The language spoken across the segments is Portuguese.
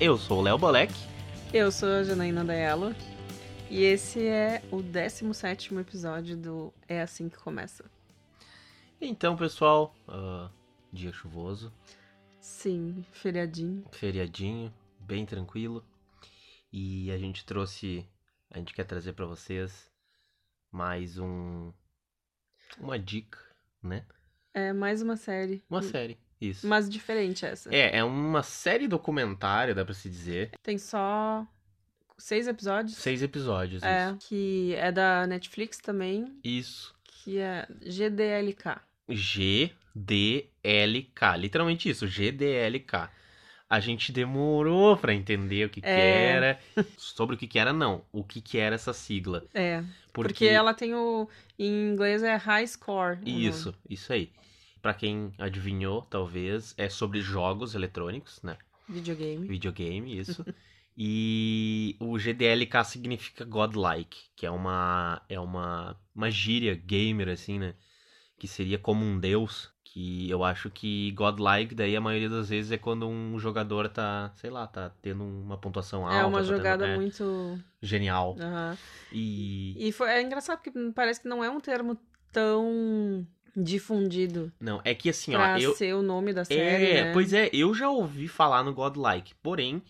Eu sou o Léo Bolek. Eu sou a Janaína Dayalo. E esse é o 17 episódio do É Assim Que Começa. Então, pessoal, ah, dia chuvoso, Sim, feriadinho. feriadinho, bem tranquilo. E a gente trouxe, a gente quer trazer pra vocês mais um uma dica, né? É mais uma série. Uma série, isso. Mas diferente essa. É, é uma série documentária, dá pra se dizer. Tem só seis episódios. Seis episódios, É, que é da Netflix também, isso. que é GDLK. Isso. GDLK, literalmente isso, GDLK. A gente demorou pra entender o que, que É. era. Sobre o que, que era, não. O que, que era essa sigla. É, Porque, porque... ela tem o. Em inglês é High Score. o nome. Isso, isso aí. Pra quem adivinhou, talvez, é sobre jogos eletrônicos, né? Videogame. Videogame, isso. e o GDLK significa godlike, que é uma é uma, uma gíria gamer assim, né? Que seria como um deus, que eu acho que godlike daí a maioria das vezes é quando um jogador tá, sei lá, tá tendo uma pontuação alta, É uma tá tendo- jogada é, muito. genial. Aham. E E foi, é engraçado porque parece que não é um termo tão difundido não, é que assim, ó, pra eu ser o nome da série. É, né? pois é, eu já ouvi falar no Godlike, porém,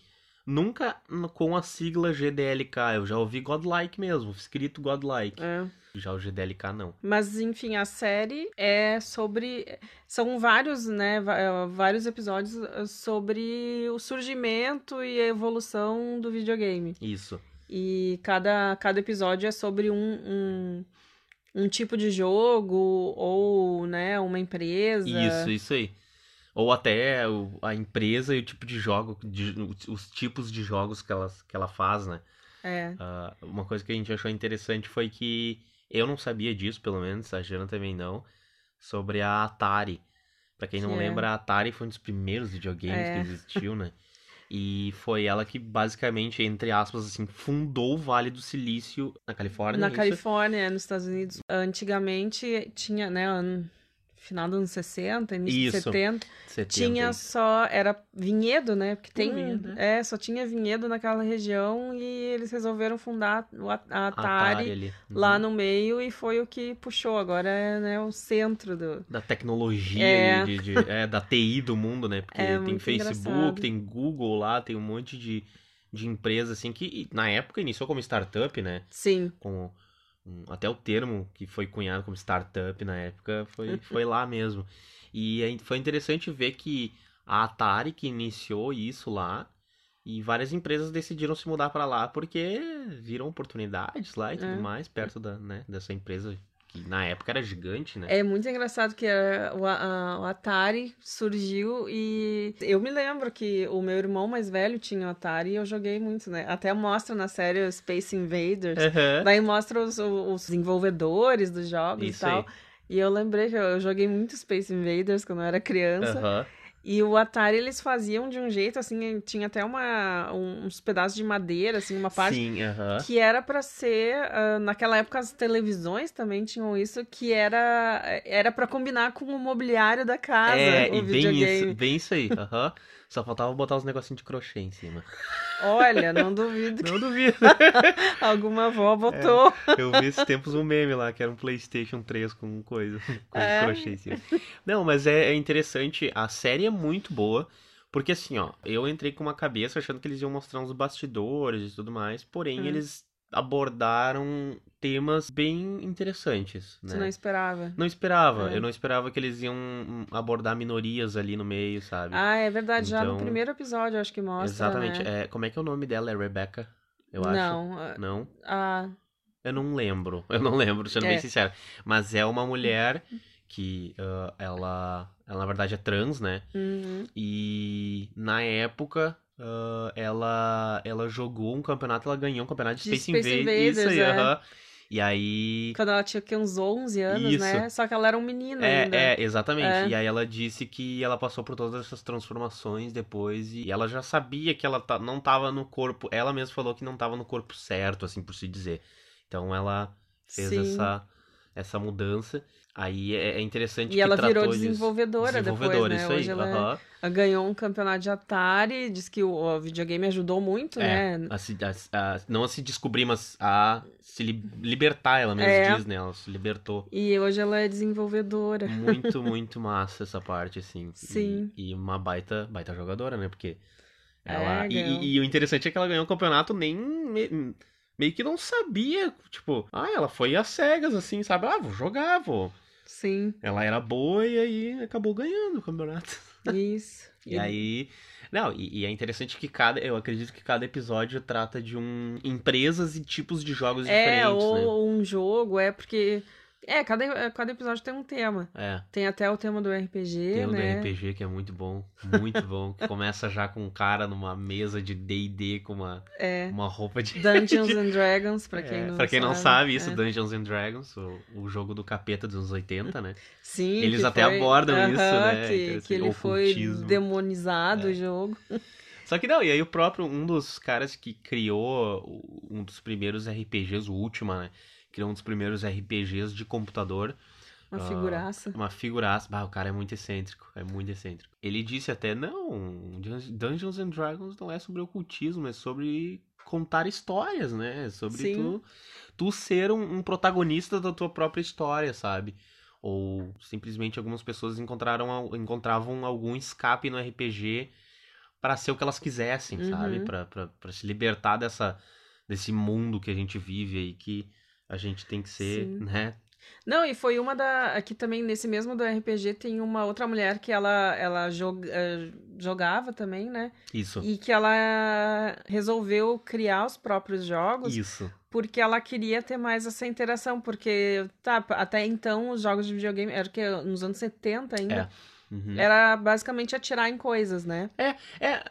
nunca n- com a sigla GDLK. Eu já ouvi Godlike mesmo, escrito Godlike. É. Já o GDLK não. Mas enfim, a série é sobre. São vários, né? va- eh, Vários episódios eh, sobre o surgimento e a evolução do videogame. Isso. E cada, cada episódio é sobre um, um, um tipo de jogo ou, né, uma empresa. Isso, isso aí. Ou até o- a empresa e o tipo de jogo, de- os- os tipos de jogos que ela, que ela faz, né? É. Ah, uma coisa que a gente achou interessante foi que eu não sabia disso, pelo menos, a Jana também não, sobre a Atari. Pra quem não Que é. lembra, a Atari foi um dos primeiros videogames É. que existiu, né? E foi ela que basicamente, entre aspas, assim, fundou o Vale do Silício na Califórnia. é Na isso? Califórnia, nos Estados Unidos. Antigamente tinha, né? ano- Final dos anos 60, início de Isso. 70. 70, Tinha hein? só. Era vinhedo, né? Porque tem. vinhedo, é, só tinha vinhedo naquela região e eles resolveram fundar o At- a A Atari ali. lá Uhum. no meio e foi o que puxou. Agora é né, o centro do. Da tecnologia, É. e de- de- é, da TI do mundo, né? Porque É, tem muito Facebook, engraçado. tem Google lá, tem um monte de, de empresa, assim, que na época iniciou como startup, né? Sim. como um- até o termo que foi cunhado como startup na época foi, foi lá mesmo. E é in- foi interessante ver que a Atari que iniciou isso lá e várias empresas decidiram se mudar para lá porque viram oportunidades lá e tudo É. mais perto da, né, dessa empresa que na época era gigante, né? É muito engraçado que é, o, a- a- o Atari surgiu e eu me lembro que o meu irmão mais velho tinha o Atari e eu joguei muito, né? Até mostra na série Space Invaders. Aham. Daí mostra os, os desenvolvedores dos jogos Isso e tal. aí. E eu lembrei que eu, eu joguei muito Space Invaders quando eu era criança. Aham. E o Atari eles faziam de um jeito assim, tinha até uma, um- uns pedaços de madeira, assim, uma parte Sim, aham. que era pra ser, ah, naquela época as televisões também tinham isso, que era era para combinar com o mobiliário da casa, É, o e bem videogame. isso, bem isso aí. aham. Só faltava botar uns negocinhos de crochê em cima. Olha, não duvido Não duvido. que É, alguma avó botou. Eu vi esses tempos um meme lá, que era um PlayStation 3 com coisa, com É. crochê em cima. Não, mas é, é interessante. A série é muito boa, porque assim, ó, eu entrei com uma cabeça achando que eles iam mostrar uns bastidores e tudo mais, porém Hum. eles abordaram temas bem interessantes, né? Tu não esperava. Não esperava, É. eu não esperava que eles iam hum, abordar minorias ali no meio, sabe? Ah, é verdade, já no Então- primeiro episódio eu acho que mostra, Exatamente. né? É, como é que é o nome dela? É Rebecca? Eu acho. não, ah, a- Não. a- Eu não lembro, eu não lembro, sendo bem É. Uhum. sincero. Mas é uma mulher que ah, ela, ela, na verdade, é trans, né? Uhum. E na época ah, ela, ela jogou um campeonato, ela ganhou um campeonato de De Space, Space Invaders. Isso Invaders, aí, é. aham. E aí. Quando ela tinha o quê, uns 11 anos, Isso. né? Só que ela era um menino ainda. É, é, exatamente. É. E aí ela disse que ela passou por todas essas transformações depois e ela já sabia que ela tá- não tava no corpo. Ela mesma falou que não tava no corpo certo, assim por se dizer. Então ela fez Sim. essa essa mudança. Aí é é interessante E que ela tratou virou disso. desenvolvedora, desenvolvedora, depois, né? Hoje isso aí. ela aham. ganhou um campeonato de Atari, diz que o, o videogame ajudou muito, É, né? a se- a- a- não a se descobrir, mas a se li- libertar, ela mesmo É. diz, né? Ela se libertou. E hoje ela é desenvolvedora. Muito, muito massa essa parte, assim. E- Sim. E, uma baita, baita jogadora, né? Porque ela. É, e- ganhou. e, e o interessante é que ela ganhou o campeonato nem. me- meio que não sabia. Tipo, ah, ela foi às cegas, assim, sabe? Ah, vou jogar, vou. Sim, Ela era boa e aí acabou ganhando o campeonato. isso. E aí. Não, e, e é interessante que cada. Eu acredito que cada episódio trata de um. empresas e tipos de jogos É, diferentes, né? ou um jogo, é porque. É, cada, cada episódio tem um tema. É. Tem até o tema do RPG, Tem um né? do RPG que é muito bom, muito bom. Que começa já com um cara numa mesa de DD com uma, É. uma roupa de. Dungeons and Dragons, pra É, quem não pra quem sabe. não sabe, isso, É. Dungeons and Dragons, o, o jogo do capeta dos anos 80, né? É, Sim, Eles que até foi- abordam isso, Aham, né? Que, Interessante. que ele foi Ocultismo. É. demonizado o jogo. Só que não, e aí o próprio, um dos caras que criou o- um dos primeiros RPGs, o Ultima, né? Criou um dos primeiros RPGs de computador Uma Ah. figuraça. Uma figuraça. Bah, o cara é muito excêntrico. É muito excêntrico. Ele disse até, não, Dun- Dungeons and Dragons não é sobre ocultismo, é sobre contar histórias, né? É sobre Sim. tu, tu ser um, um protagonista da tua própria história, sabe? Ou simplesmente algumas pessoas encontraram, al- encontravam algum escape no RPG pra ser o que elas quisessem, Uhum. sabe? Pra- Pra pra se libertar dessa, desse mundo que a gente vive aí, que a gente tem que ser, Sim. né? Não, e foi uma da. Aqui também, nesse mesmo do RPG, tem uma outra mulher que ela, ela jog- eh, jogava também, né? Isso. E que ela resolveu criar os próprios jogos Isso. porque ela queria ter mais essa interação. Porque, tá, até então os jogos de videogame, era que nos anos 70 ainda, Uhum. era basicamente atirar em coisas, né? É,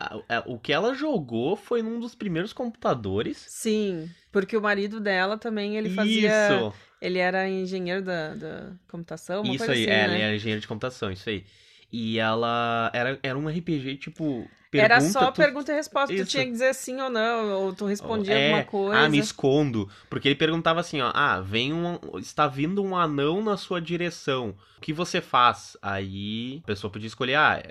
a- a- o que ela jogou foi num dos primeiros computadores. Sim, porque o marido dela também, ele fazia. Isso, Ele era engenheiro da, da computação, uma isso coisa aí. assim, é, né? Ela é engenheira de computação, isso aí. E ela era, era um RPG tipo. Pergunta, Era só tu- pergunta e resposta. Tu Isso. tinha que dizer sim ou não, ou tu respondia É, alguma coisa. Ah, me escondo. Porque ele perguntava assim, ó. Ah, vem um. Está vindo um anão na sua direção. O que você faz? Aí a pessoa podia escolher, ah,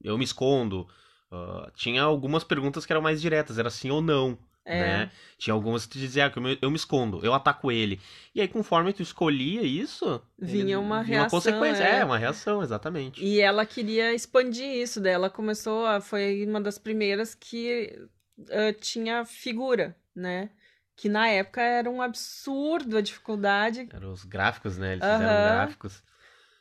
eu me escondo. Ah, tinha algumas perguntas que eram mais diretas, era sim ou não. É. né? Tinha algumas que tu dizia ah, que eu me, eu me escondo, eu ataco ele. E aí, conforme tu escolhia isso, ele- Vinha uma Uma reação, consequência, é. é, uma reação, exatamente. E ela queria expandir isso, daí ela começou, a, foi uma das primeiras que ah, tinha figura, né? Que na época era um absurdo a dificuldade. Eram os gráficos, né? Eles Aham. fizeram gráficos.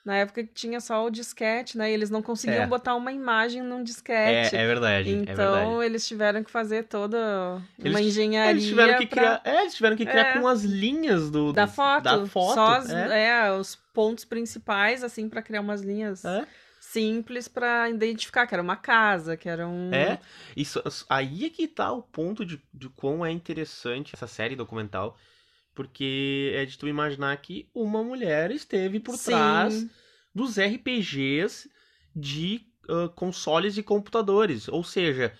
Na época que tinha só o disquete, né? E eles não conseguiam É. botar uma imagem num É, disquete. é verdade, é verdade. tipo, então eles tiveram que fazer toda Eles- uma engenharia Eles tiveram que pra- criar, é, eles tiveram que criar É. com as linhas do, da do- foto, da foto, só as- é. é, os pontos principais assim pra criar umas linhas É. simples pra identificar que era uma casa, que era um É, isso, aí é que tá o ponto de, de quão é interessante essa série documental, porque é de tu imaginar que uma mulher esteve por Sim, trás dos RPGs de ah, consoles e computadores. Ou seja,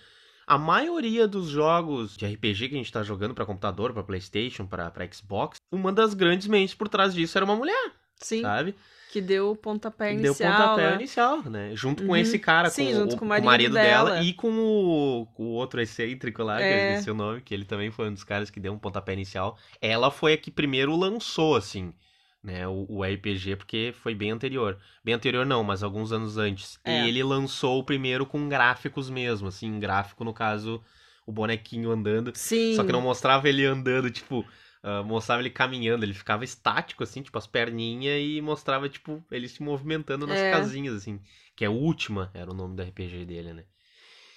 a maioria dos jogos de RPG que a gente tá jogando pra computador, pra PlayStation, pra pra Xbox, uma das grandes mentes por trás disso era uma mulher, Sim, sabe? que deu o pontapé Ele inicial. Tá. deu pontapé né? inicial, né? Junto Uhum. com esse cara, Sim, com, junto o, com o marido, marido dela, dela. e com o, com o outro excêntrico lá, que É. eu esqueci o nome, que ele também foi um dos caras que deu um pontapé inicial. Ela foi a que primeiro lançou, assim, né, o, o RPG, porque foi bem anterior. Bem anterior não, mas alguns anos antes. É. E ele lançou o primeiro com gráficos mesmo, assim, gráfico, no caso, o bonequinho andando. Sim. Só que não mostrava ele andando, tipo, ah, mostrava ele caminhando, ele ficava estático, assim, tipo, as perninhas e mostrava, tipo, ele se movimentando nas É. casinhas, assim. Que é Última, era o nome do RPG dele, né?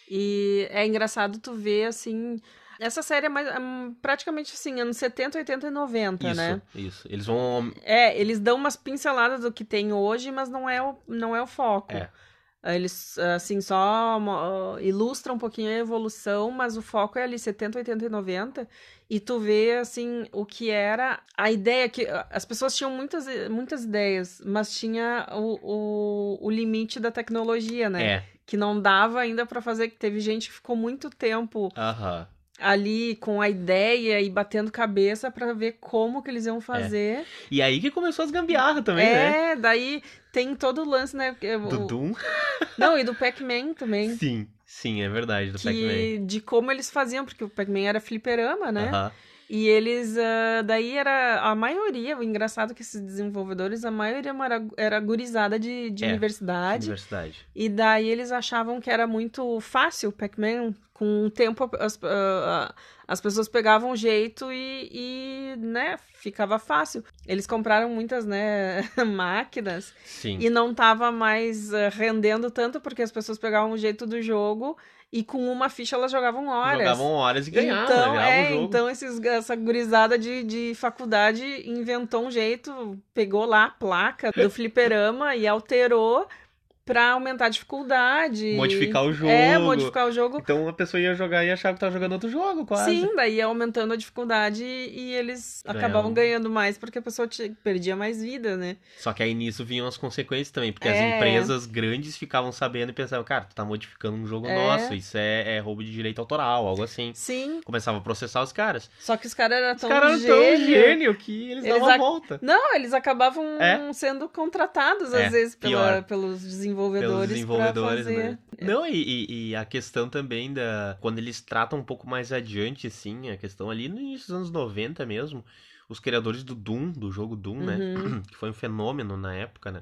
E é engraçado tu ver assim, essa série é mais, hum, praticamente assim, anos 70, 80 e 90, isso, né? isso. Eles vão. É, eles dão umas pinceladas do que tem hoje, mas não é o, não é o foco. É. Eles, assim, só mo- ilustram um pouquinho a evolução, mas o foco é ali 70, 80 e 90. E tu vê, assim, o que era a ideia que... ah, As pessoas tinham muitas, muitas ideias, mas tinha o, o, o limite da tecnologia, né? É, Que não dava ainda pra fazer, que teve gente que ficou muito tempo aham. ali com a ideia e batendo cabeça pra ver como que eles É. iam fazer. E aí que começou as gambiarras também, né? É, daí tem todo o lance, né? porque o- Do Doom. Não, e do Pac-Man também. Sim, sim, é verdade, do Pac-Man. Que, de como eles faziam, porque o Pac-Man era fliperama, né? Aham. E eles, ah, daí era a maioria, o engraçado é que esses desenvolvedores, a maioria era, era gurizada de, de É, universidade. Universidade. E daí eles achavam que era muito fácil o Pac-Man. Com o tempo, as, ah, as pessoas pegavam o jeito e, e, né, ficava fácil. Eles compraram muitas, né, máquinas Sim. e não tava mais ah, rendendo tanto porque as pessoas pegavam o jeito do jogo e com uma ficha elas jogavam horas. Jogavam horas e ganhavam, então, né? é, Ganhavam o jogo. então esses, essa gurizada de, de faculdade inventou um jeito, pegou lá a placa do fliperama e alterou pra aumentar a dificuldade. Modificar o jogo. É, modificar o jogo. Então a pessoa ia jogar e achava que tava jogando outro jogo, quase. Sim, daí ia aumentando a dificuldade e eles Ganhavam. acabavam ganhando mais porque a pessoa te- perdia mais vida, né? Só que aí nisso vinham as consequências também, porque as É. empresas grandes ficavam sabendo e pensavam, cara, tu tá modificando um jogo É. nosso, isso é, é roubo de direito autoral, algo assim. Sim, Começava a processar os caras. só que os caras eram Os tão caras eram tão gênio. gênio que eles, Eles davam a ac- volta. Não, eles acabavam É. sendo contratados, É, às vezes, pela- pior. pelos Pelos desenvolvedores. desenvolvedores, pra fazer. né? Não, e, e- e a questão também da. Quando eles tratam um pouco mais adiante, assim, a questão ali no início dos anos 90 mesmo, os criadores do Doom, do jogo Doom, né? Uhum. que foi um fenômeno na época, né?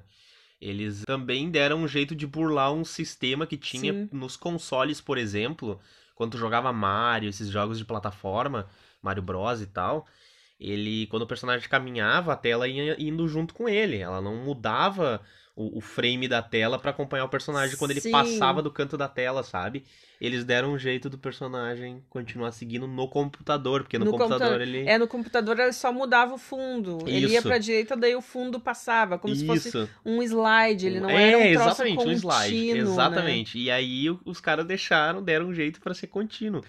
Eles também deram um jeito de burlar um sistema que tinha Sim. nos consoles, por exemplo, quando tu jogava Mario, esses jogos de plataforma, Mario Bros e tal. Ele, quando o personagem caminhava, a tela ia indo junto com ele. Ela não mudava o, o frame da tela pra acompanhar o personagem quando ele Sim. passava do canto da tela, sabe? Eles deram um jeito do personagem continuar seguindo no computador, porque no, No computador, computador, ele É, no computador ele só mudava o fundo. Ele ia Isso. pra direita, daí o fundo passava, como se fosse Isso. um slide, ele não é, era um troço exatamente, contínuo, um slide. né? Exatamente. E aí o- os caras deixaram, deram um jeito pra ser contínuo.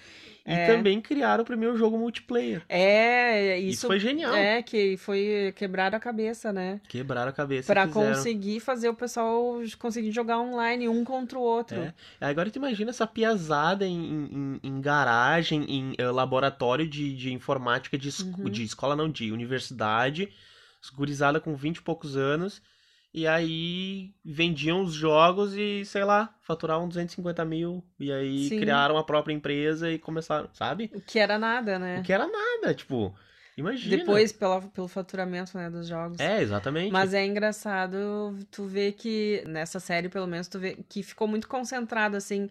E É. também criaram o primeiro jogo multiplayer. É, Isso, isso, foi genial. é que foi quebraram a cabeça, né? Quebraram a cabeça. Pra e fizeram. conseguir fazer o pessoal conseguir jogar online um contra o outro. É. Agora tu imagina essa piazada em, em- em garagem, em eh, laboratório de, de informática de, esco- Uhum. de escola, não, de universidade, os gurizada com 20 e poucos anos, e aí vendiam os jogos e, sei lá, faturavam 250 mil, e aí Sim. criaram a própria empresa e começaram, sabe? O que era nada, né? O que era nada, tipo, imagina. Depois, pela, pelo faturamento né, dos jogos. É, exatamente. Mas é engraçado tu ver que, nessa série, pelo menos, tu vê que ficou muito concentrado, assim,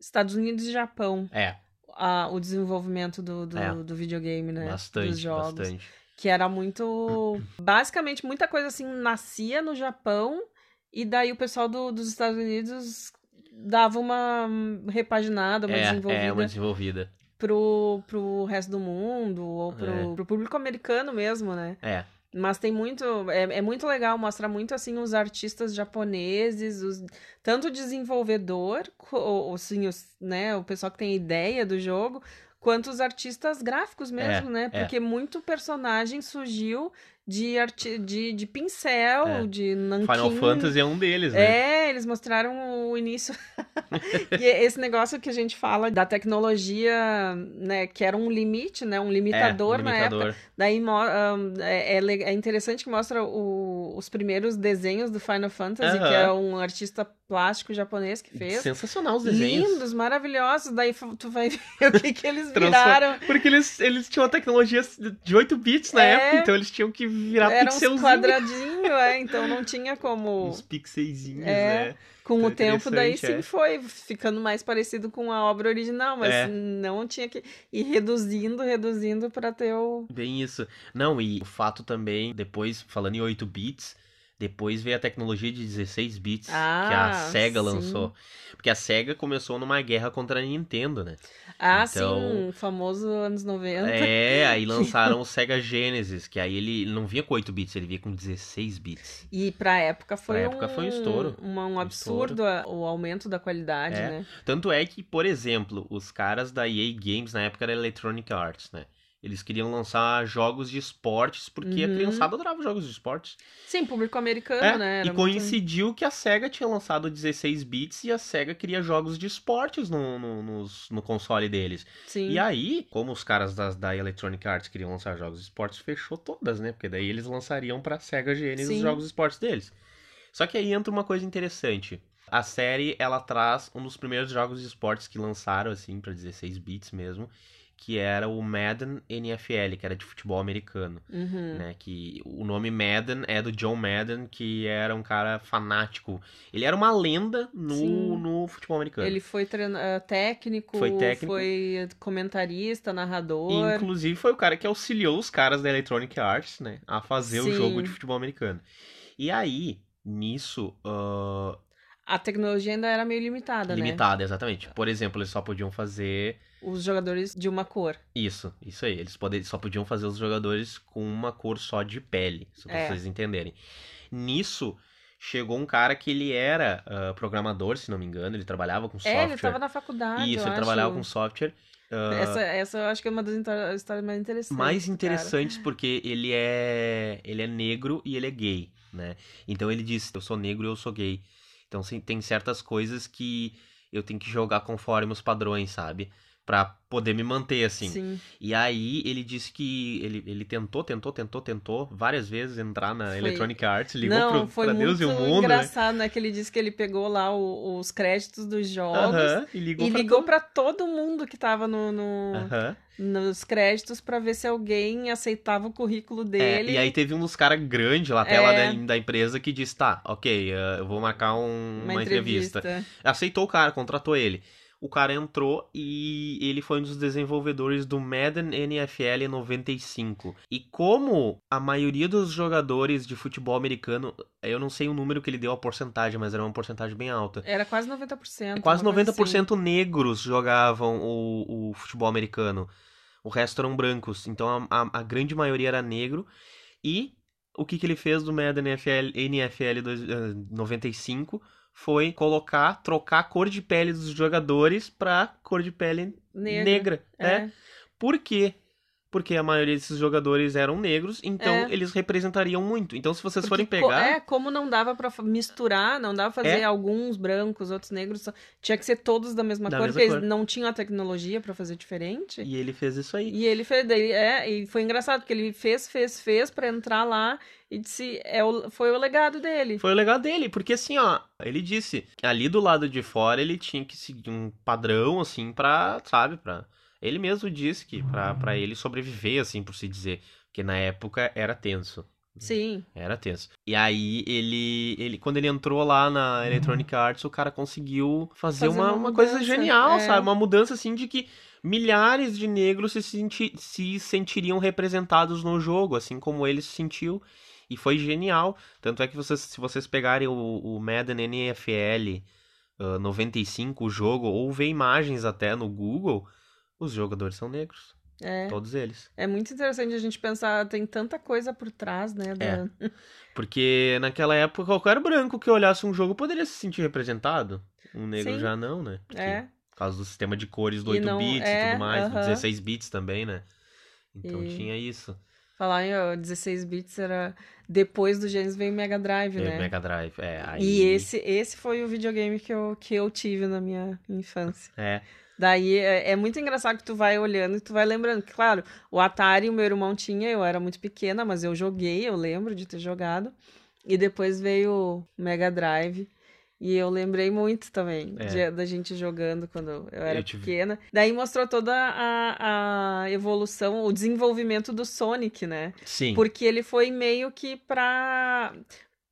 Estados Unidos e Japão, É, a- o desenvolvimento do, do, É. do videogame, né? dos bastante, jogos. bastante. Que era muito. Basicamente, muita coisa assim nascia no Japão, e daí o pessoal do- dos Estados Unidos dava uma hum, repaginada, uma é, desenvolvida é, uma desenvolvida. Pro, pro resto do mundo, ou pro, É. pro público americano mesmo, né? É, Mas tem muito, é, é muito legal, mostra muito assim os artistas japoneses, os, tanto o desenvolvedor, co- ou, assim, os, né, o pessoal que tem ideia do jogo, quanto os artistas gráficos mesmo, né? é. Porque muito personagem surgiu de arti de, de pincel, É. de nanquim. Final Fantasy é um deles, né? É, eles mostraram o início. e esse negócio que a gente fala da tecnologia, né, que era um limite, né, um limitador, é, um na época. limitador. Daí mo- ahn, é, é le- é interessante que mostra o- os primeiros desenhos do Final Fantasy, Aham. que é um artista plástico japonês que fez. Sensacional os desenhos. Lindos, maravilhosos. Daí fa- tu vai ver o que, que eles Transfor- viraram. Porque eles, eles tinham a tecnologia de 8 bits na É. época, então eles tinham que virar Eram uns pixelzinho. quadradinhos, é, então não tinha como. Uns pixeizinhos, É. né? Com o Então, tempo, daí interessante, sim é. foi ficando mais parecido com a obra original, mas É. não tinha que ir reduzindo, reduzindo pra ter o. Bem isso. Não, e o fato também, depois, falando em 8 bits, depois veio a tecnologia de 16 bits que a Ah, SEGA sim. lançou. Porque a SEGA começou numa guerra contra a Nintendo, né? Ah, sim, Então- o famoso anos 90. É, aí lançaram o SEGA Genesis, que aí ele ele não vinha com 8 bits, ele vinha com 16 bits. E pra época foi, Pra época um, foi um estouro. uma- um Um absurdo a- o aumento da qualidade, É. né? Tanto é que, por exemplo, os caras da EA Games na época era Electronic Arts, né? Eles queriam lançar jogos de esportes, porque a Uhum. criançada adorava jogos de esportes. Sim, público americano, É, né? Era e muito- coincidiu que a SEGA tinha lançado 16 bits e a SEGA queria jogos de esportes no, no, nos- no console deles. Sim. E aí, como os caras das, da Electronic Arts queriam lançar jogos de esportes, fechou todas, né? Porque daí eles lançariam pra Sega Genesis os Sim. jogos de esportes deles. Só que aí entra uma coisa interessante. A série, ela traz um dos primeiros jogos de esportes que lançaram, assim, pra 16 bits mesmo, que era o Madden NFL, que era de futebol americano, Uhum. né? Que o nome Madden é do John Madden, que era um cara fanático. Ele era uma lenda no, Sim. no futebol americano. Ele foi treina- eh, técnico, Foi técnico. foi comentarista, narrador. Inclusive foi o cara que auxiliou os caras da Electronic Arts, né, a fazer o Sim. jogo de futebol americano. E aí, nisso, ah, A tecnologia ainda era meio limitada, né? limitada, exatamente. Por exemplo, eles só podiam fazer Os jogadores de uma cor. isso, isso aí. Eles pode- só podiam fazer os jogadores com uma cor só de pele, só pra É. vocês entenderem. Nisso, chegou um cara que ele era ah, programador, se não me engano, ele trabalhava com software. É, ele tava na faculdade. Isso, eu ele acho. trabalhava com software. Essa, essa eu acho que é uma das inter- histórias mais interessantes. mais cara. interessantes porque ele é ele é negro e ele é gay, né? Então ele diz: "Eu sou negro e eu sou gay". Então sim, tem certas coisas que eu tenho que jogar conforme os padrões, sabe? Pra poder me manter assim. Sim. E aí ele disse que ele, ele tentou, tentou, tentou, tentou várias vezes entrar na Foi- Electronic Arts, ligou Não, pro, foi pra muito Deus e o mundo, né? engraçado, né? Que ele disse que ele pegou lá o- os créditos dos jogos Aham, e ligou e pra ligou todo- pra todo mundo que tava no, no- Aham. nos créditos pra ver se alguém aceitava o currículo É, dele. e aí teve um dos caras grande lá, até lá É. da, da empresa, que disse, tá, ok, eh, eu vou marcar um- uma entrevista. Aceitou o cara, contratou ele. O cara entrou e ele foi um dos desenvolvedores do Madden NFL 95. E como a maioria dos jogadores de futebol americano, eu não sei o número que ele deu a porcentagem, mas era uma porcentagem bem alta. Era quase 90%. É Quase uma coisa 90% negros jogavam o, o futebol americano. O resto eram brancos. Então a, a- a grande maioria era negro. E o que, que ele fez do Madden NFL, NFL dois- eh, 95 foi colocar, trocar a cor de pele dos jogadores pra cor de pele assim. Negra. negra. É. né? Por quê? Porque a maioria desses jogadores eram negros, então É. eles representariam muito. Então se vocês Porque forem co- pegar. É, como não dava pra fa- misturar, não dava pra fazer É. alguns brancos, outros negros. só- Tinha que ser todos da mesma Da cor, mesma porque cor. eles não tinham a tecnologia pra fazer diferente. E ele fez isso aí. E ele fez, daí, é, e foi engraçado, porque ele fez, fez, fez pra entrar lá e disse, é o, foi o legado dele. Foi o legal dele, porque assim, ó, ele disse que ali do lado de fora ele tinha que seguir um padrão, assim, pra, sabe, pra. Ele mesmo disse que pra, pra ele sobreviver, assim, por se dizer. Porque na época era tenso. Sim, Era tenso. E aí ele. ele quando ele entrou lá na Electronic Arts, o cara conseguiu fazer, Uhum. Fazer uma, uma uma coisa mudança, genial, é. sabe? Uma mudança assim de que milhares de negros se, senti- se sentiriam representados no jogo, assim como ele se sentiu. E foi genial. Tanto é que vocês, se vocês pegarem o, o Madden NFL ah, 95, o jogo, ou ver imagens até no Google, os jogadores são negros. é. Todos eles. É muito interessante a gente pensar, tem tanta coisa por trás, né? da- É. Porque naquela época, qualquer branco que olhasse um jogo poderia se sentir representado. Um negro Sim. já não, né? Porque É. Por causa do sistema de cores do E 8 não- bits e é, tudo mais, do aham. 16 bits também, né? Então E- tinha isso. Falar em ó, 16 bits era depois do Genesis veio o Mega Drive, É, né? Mega Drive. É, aí... E esse, esse foi o videogame que eu, que eu tive na minha infância. É, Daí é, é muito engraçado que tu vai olhando e tu vai lembrando. Claro, o Atari o meu irmão tinha, eu era muito pequena, mas eu joguei, eu lembro de ter jogado. E depois veio o Mega Drive. E eu lembrei muito também É. de- da gente jogando quando eu era Eu tive- pequena. Daí mostrou toda a, a evolução, o desenvolvimento do Sonic, né? sim. Porque ele foi meio que pra.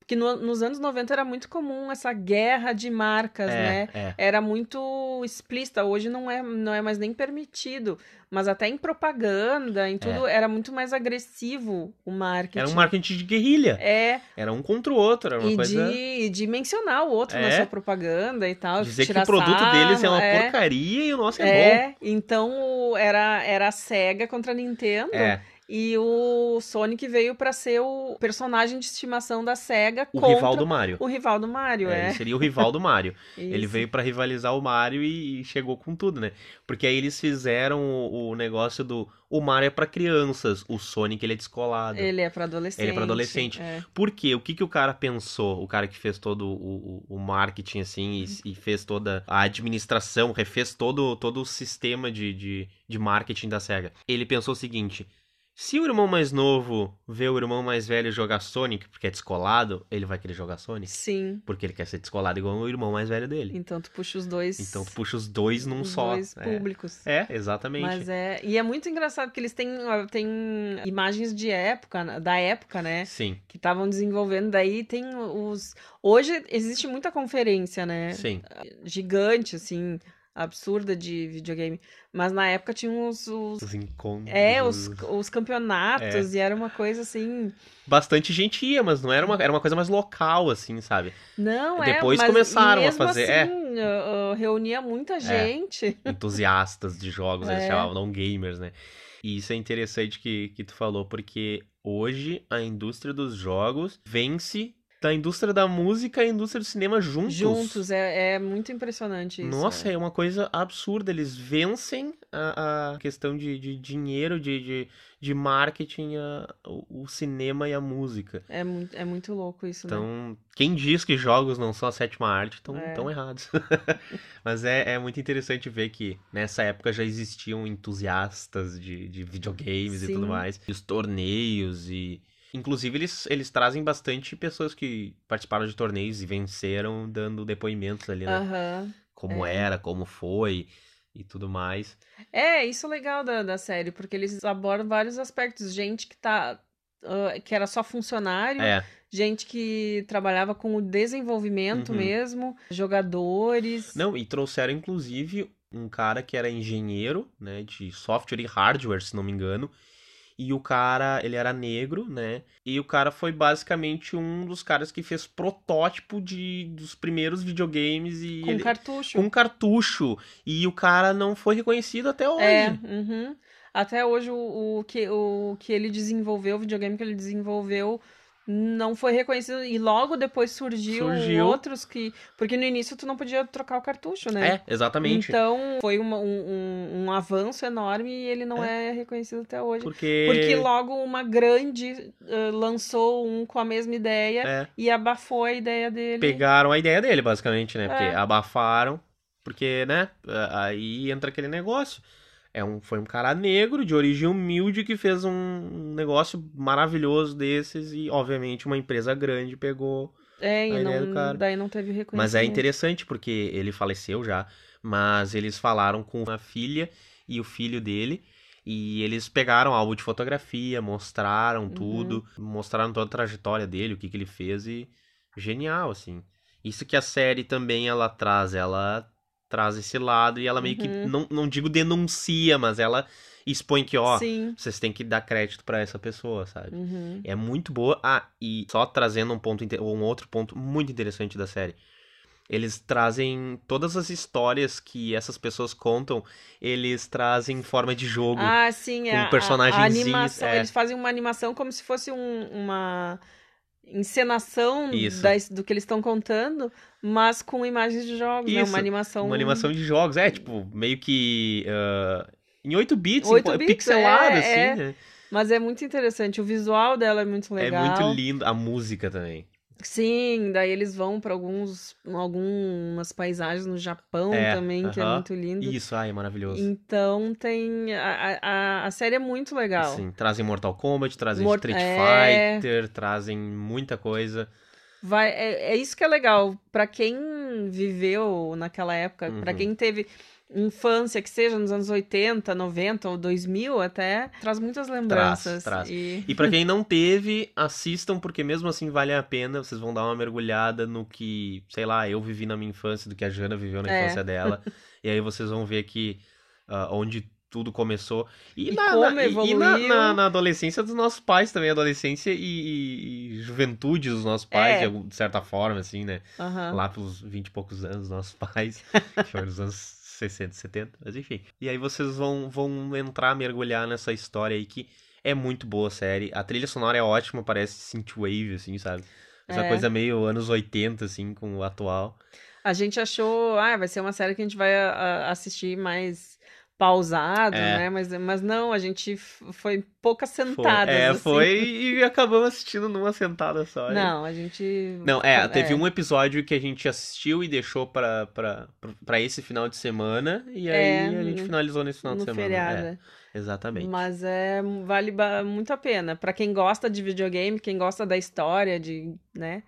Porque no- nos anos 90 era muito comum essa guerra de marcas, é, né? é. Era muito explícita. Hoje não é, não é mais nem permitido. Mas até em propaganda, em tudo, era muito mais agressivo o marketing. É. Era um marketing de guerrilha. É, Era um contra o outro, era uma e coisa... de, de mencionar o outro na É. sua propaganda e tal. Dizer que tirar o produto sarro, deles é uma é. porcaria e o nosso é, É, então o- era, era a SEGA contra a Nintendo. bom. É, E o Sonic veio pra ser o personagem de estimação da SEGA O contra rival do Mario. o rival do Mario, É, é. ele seria o rival do Mario. Ele Isso. veio pra rivalizar o Mario e, e chegou com tudo, né? Porque aí eles fizeram o, o negócio do o Mario é pra crianças, o Sonic ele é descolado. Ele é pra adolescente. Ele é pra adolescente. é. Por quê? O que, que o cara pensou? O cara que fez todo o, o- o marketing, assim, Uhum. e, e fez toda a administração, refez todo, todo o sistema de, de, de marketing da SEGA. Ele pensou o seguinte: se o irmão mais novo vê o irmão mais velho jogar Sonic, porque é descolado, ele vai querer jogar Sonic. Sim. Porque ele quer ser descolado igual o irmão mais velho dele. Então tu puxa os dois. Então tu puxa os dois num os só. dois é. públicos. É, exatamente. Mas é, e é muito engraçado que eles têm, têm imagens de época, da época, né? Sim, Que estavam desenvolvendo. Daí tem os. Hoje existe muita conferência, né? sim. Gigante, assim, absurda de videogame. Mas na época tinham os. os- Os É. encontros. é, os, os campeonatos, e era uma coisa assim. Bastante gente ia, mas não era uma, era uma coisa mais local, assim, sabe? Não, Depois é, mas começaram a mesmo fazer, é. Assim, uh, uh, reunia muita gente. Entusiastas de jogos, eles É. chamavam, não gamers, né? E isso é interessante que, que tu falou, porque hoje a indústria dos jogos vence da indústria da música e a indústria do cinema juntos. Juntos, é, é muito impressionante isso. Nossa, é. é uma coisa absurda. Eles vencem a, a questão de, de dinheiro, de, de, de marketing, a- o- o cinema e a música. É, muito, é muito louco isso, né? Então, quem diz que jogos não são a sétima arte estão É. tão errados. Mas é, é muito interessante ver que nessa época já existiam entusiastas de, de videogames e tudo Sim. mais. E os torneios e. Inclusive, eles, eles trazem bastante pessoas que participaram de torneios e venceram dando depoimentos ali, né? Aham. Como era, como foi e tudo mais. É, isso é legal da, da série, porque eles abordam vários aspectos. Gente que tá. ah, que era só funcionário, É, gente que trabalhava com o desenvolvimento Uhum. mesmo, jogadores. Não, e trouxeram inclusive um cara que era engenheiro, né, de software e hardware, se não me engano. E o cara, ele era negro, né? E o cara foi basicamente um dos caras que fez protótipo de dos primeiros videogames e com ele- cartucho. com cartucho. E o cara não foi reconhecido até hoje. É, uhum. Até hoje o, o que, o que ele desenvolveu, o videogame que ele desenvolveu, não foi reconhecido. E logo depois surgiu, um Surgiu. outros que. Porque no início tu não podia trocar o cartucho, né? É, exatamente. Então foi uma- um, um, um avanço enorme e ele não é, reconhecido até hoje. porque Porque logo uma grande eh, lançou um com a mesma ideia é, e abafou a ideia dele. pegaram a ideia dele, basicamente, né? Porque É. abafaram, porque, né? Aí entra aquele negócio. É um, foi um cara negro, de origem humilde, que fez um negócio maravilhoso desses e, obviamente, uma empresa grande pegou. É, a e ideia do cara. não, daí não teve reconhecimento. Mas é interessante porque ele faleceu já, mas eles falaram com a filha e o filho dele. E eles pegaram álbum de fotografia, Uhum. mostraram tudo, mostraram toda a trajetória dele, o que, que ele fez e genial, assim. Isso que a série também ela traz, ela traz esse lado e ela meio que, Uhum. não, não digo denuncia, mas ela expõe que, ó, Sim. vocês têm que dar crédito pra essa pessoa, sabe? Uhum. É muito boa. Ah, e só trazendo um ponto inte- um outro ponto muito interessante da série. Eles trazem todas as histórias que essas pessoas contam, eles trazem em forma de jogo. Ah, sim, com é, a, a personagenzinhos, animação, é. eles fazem uma animação como se fosse um- uma encenação Isso. das- do que eles estão contando, mas com imagens de jogos, né? Isso, Uma animação, Uma animação de jogos, é, tipo, meio que ah, em 8 bits, 8 em- bits, pixelado é, assim, é. né? Mas é muito interessante, o visual dela é muito É legal. muito lindo a música também. Sim, daí eles vão para alguns algumas paisagens no Japão É, também, que é aham. muito lindo. Isso, ai, é maravilhoso. Então tem a, a- a série é muito legal. Sim, Assim, trazem Mortal Kombat, trazem Mor- Street é. Fighter, trazem muita coisa. Vai, é, é isso que é legal. Pra quem viveu naquela época, Uhum. pra quem teve infância, que seja nos anos 80, 90 ou 2000 até, traz muitas lembranças. traz. E... E pra quem não teve, assistam, porque mesmo assim vale a pena. Vocês vão dar uma mergulhada no que, sei lá, eu vivi na minha infância, do que a Jana viveu na É. infância dela. E aí vocês vão ver que ah, onde tudo começou. E, E na, na- como e- E na, evoluiu. na- na adolescência dos nossos pais também, adolescência e, e- e juventude dos nossos pais, É. de, algum- de certa forma, assim, né? Aham. Lá pelos 20 e poucos anos, dos nossos pais, que foram nos anos 60, 70, mas enfim. E aí vocês vão, vão entrar, mergulhar nessa história aí que É muito boa a série. A trilha sonora é ótima, parece synthwave, assim, sabe? Essa É. coisa meio anos 80, assim, com o atual. A gente achou, ah, vai ser uma série que a gente vai a- a- assistir mais pausado, É. né? Mas, mas não, a gente f- foi poucas Foi, sentadas. é, assim. foi e acabamos assistindo numa sentada só. e- Não, a gente. Não, é, É. teve um episódio que a gente assistiu e deixou pra, pra, pra esse final de semana, e aí É, a gente no- finalizou nesse final de no semana. feriado. É, né? exatamente. Mas é vale ba- muito a pena Pra quem gosta de videogame, quem gosta da história de, né?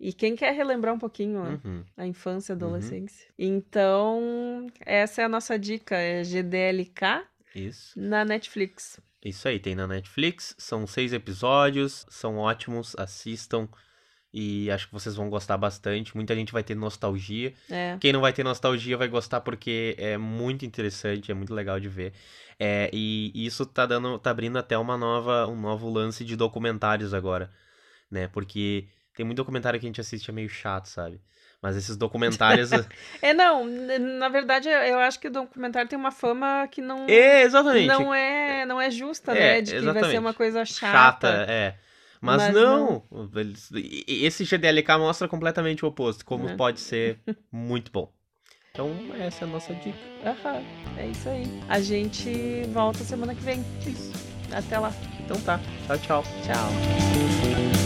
E quem quer relembrar um pouquinho a- Uhum. a infância, a Uhum. adolescência. Então, essa é a nossa dica, é GDLK Isso. na Netflix. Isso aí, tem na Netflix. São seis episódios, são ótimos, assistam. E acho que vocês vão gostar bastante. Muita gente vai ter nostalgia. É. Quem não vai ter nostalgia vai gostar porque é muito interessante, é muito legal de ver. É, e isso tá dando, tá abrindo até uma nova, um novo lance de documentários agora, né? Porque tem muito documentário que a gente assiste é meio chato, sabe? Mas esses documentários, É, não, n- na verdade, eu acho que o documentário tem uma fama que não é, exatamente, não é, não é justa, É, né? De que vai ser exatamente. uma coisa chata, chata. é. Mas, Mas não, eles- e- e- esse GDLK mostra completamente o oposto, como É. pode ser muito bom. Então essa é a nossa dica. Aham, é isso aí. A gente volta semana que vem. Até lá. Então tá, tchau, tchau. Tchau.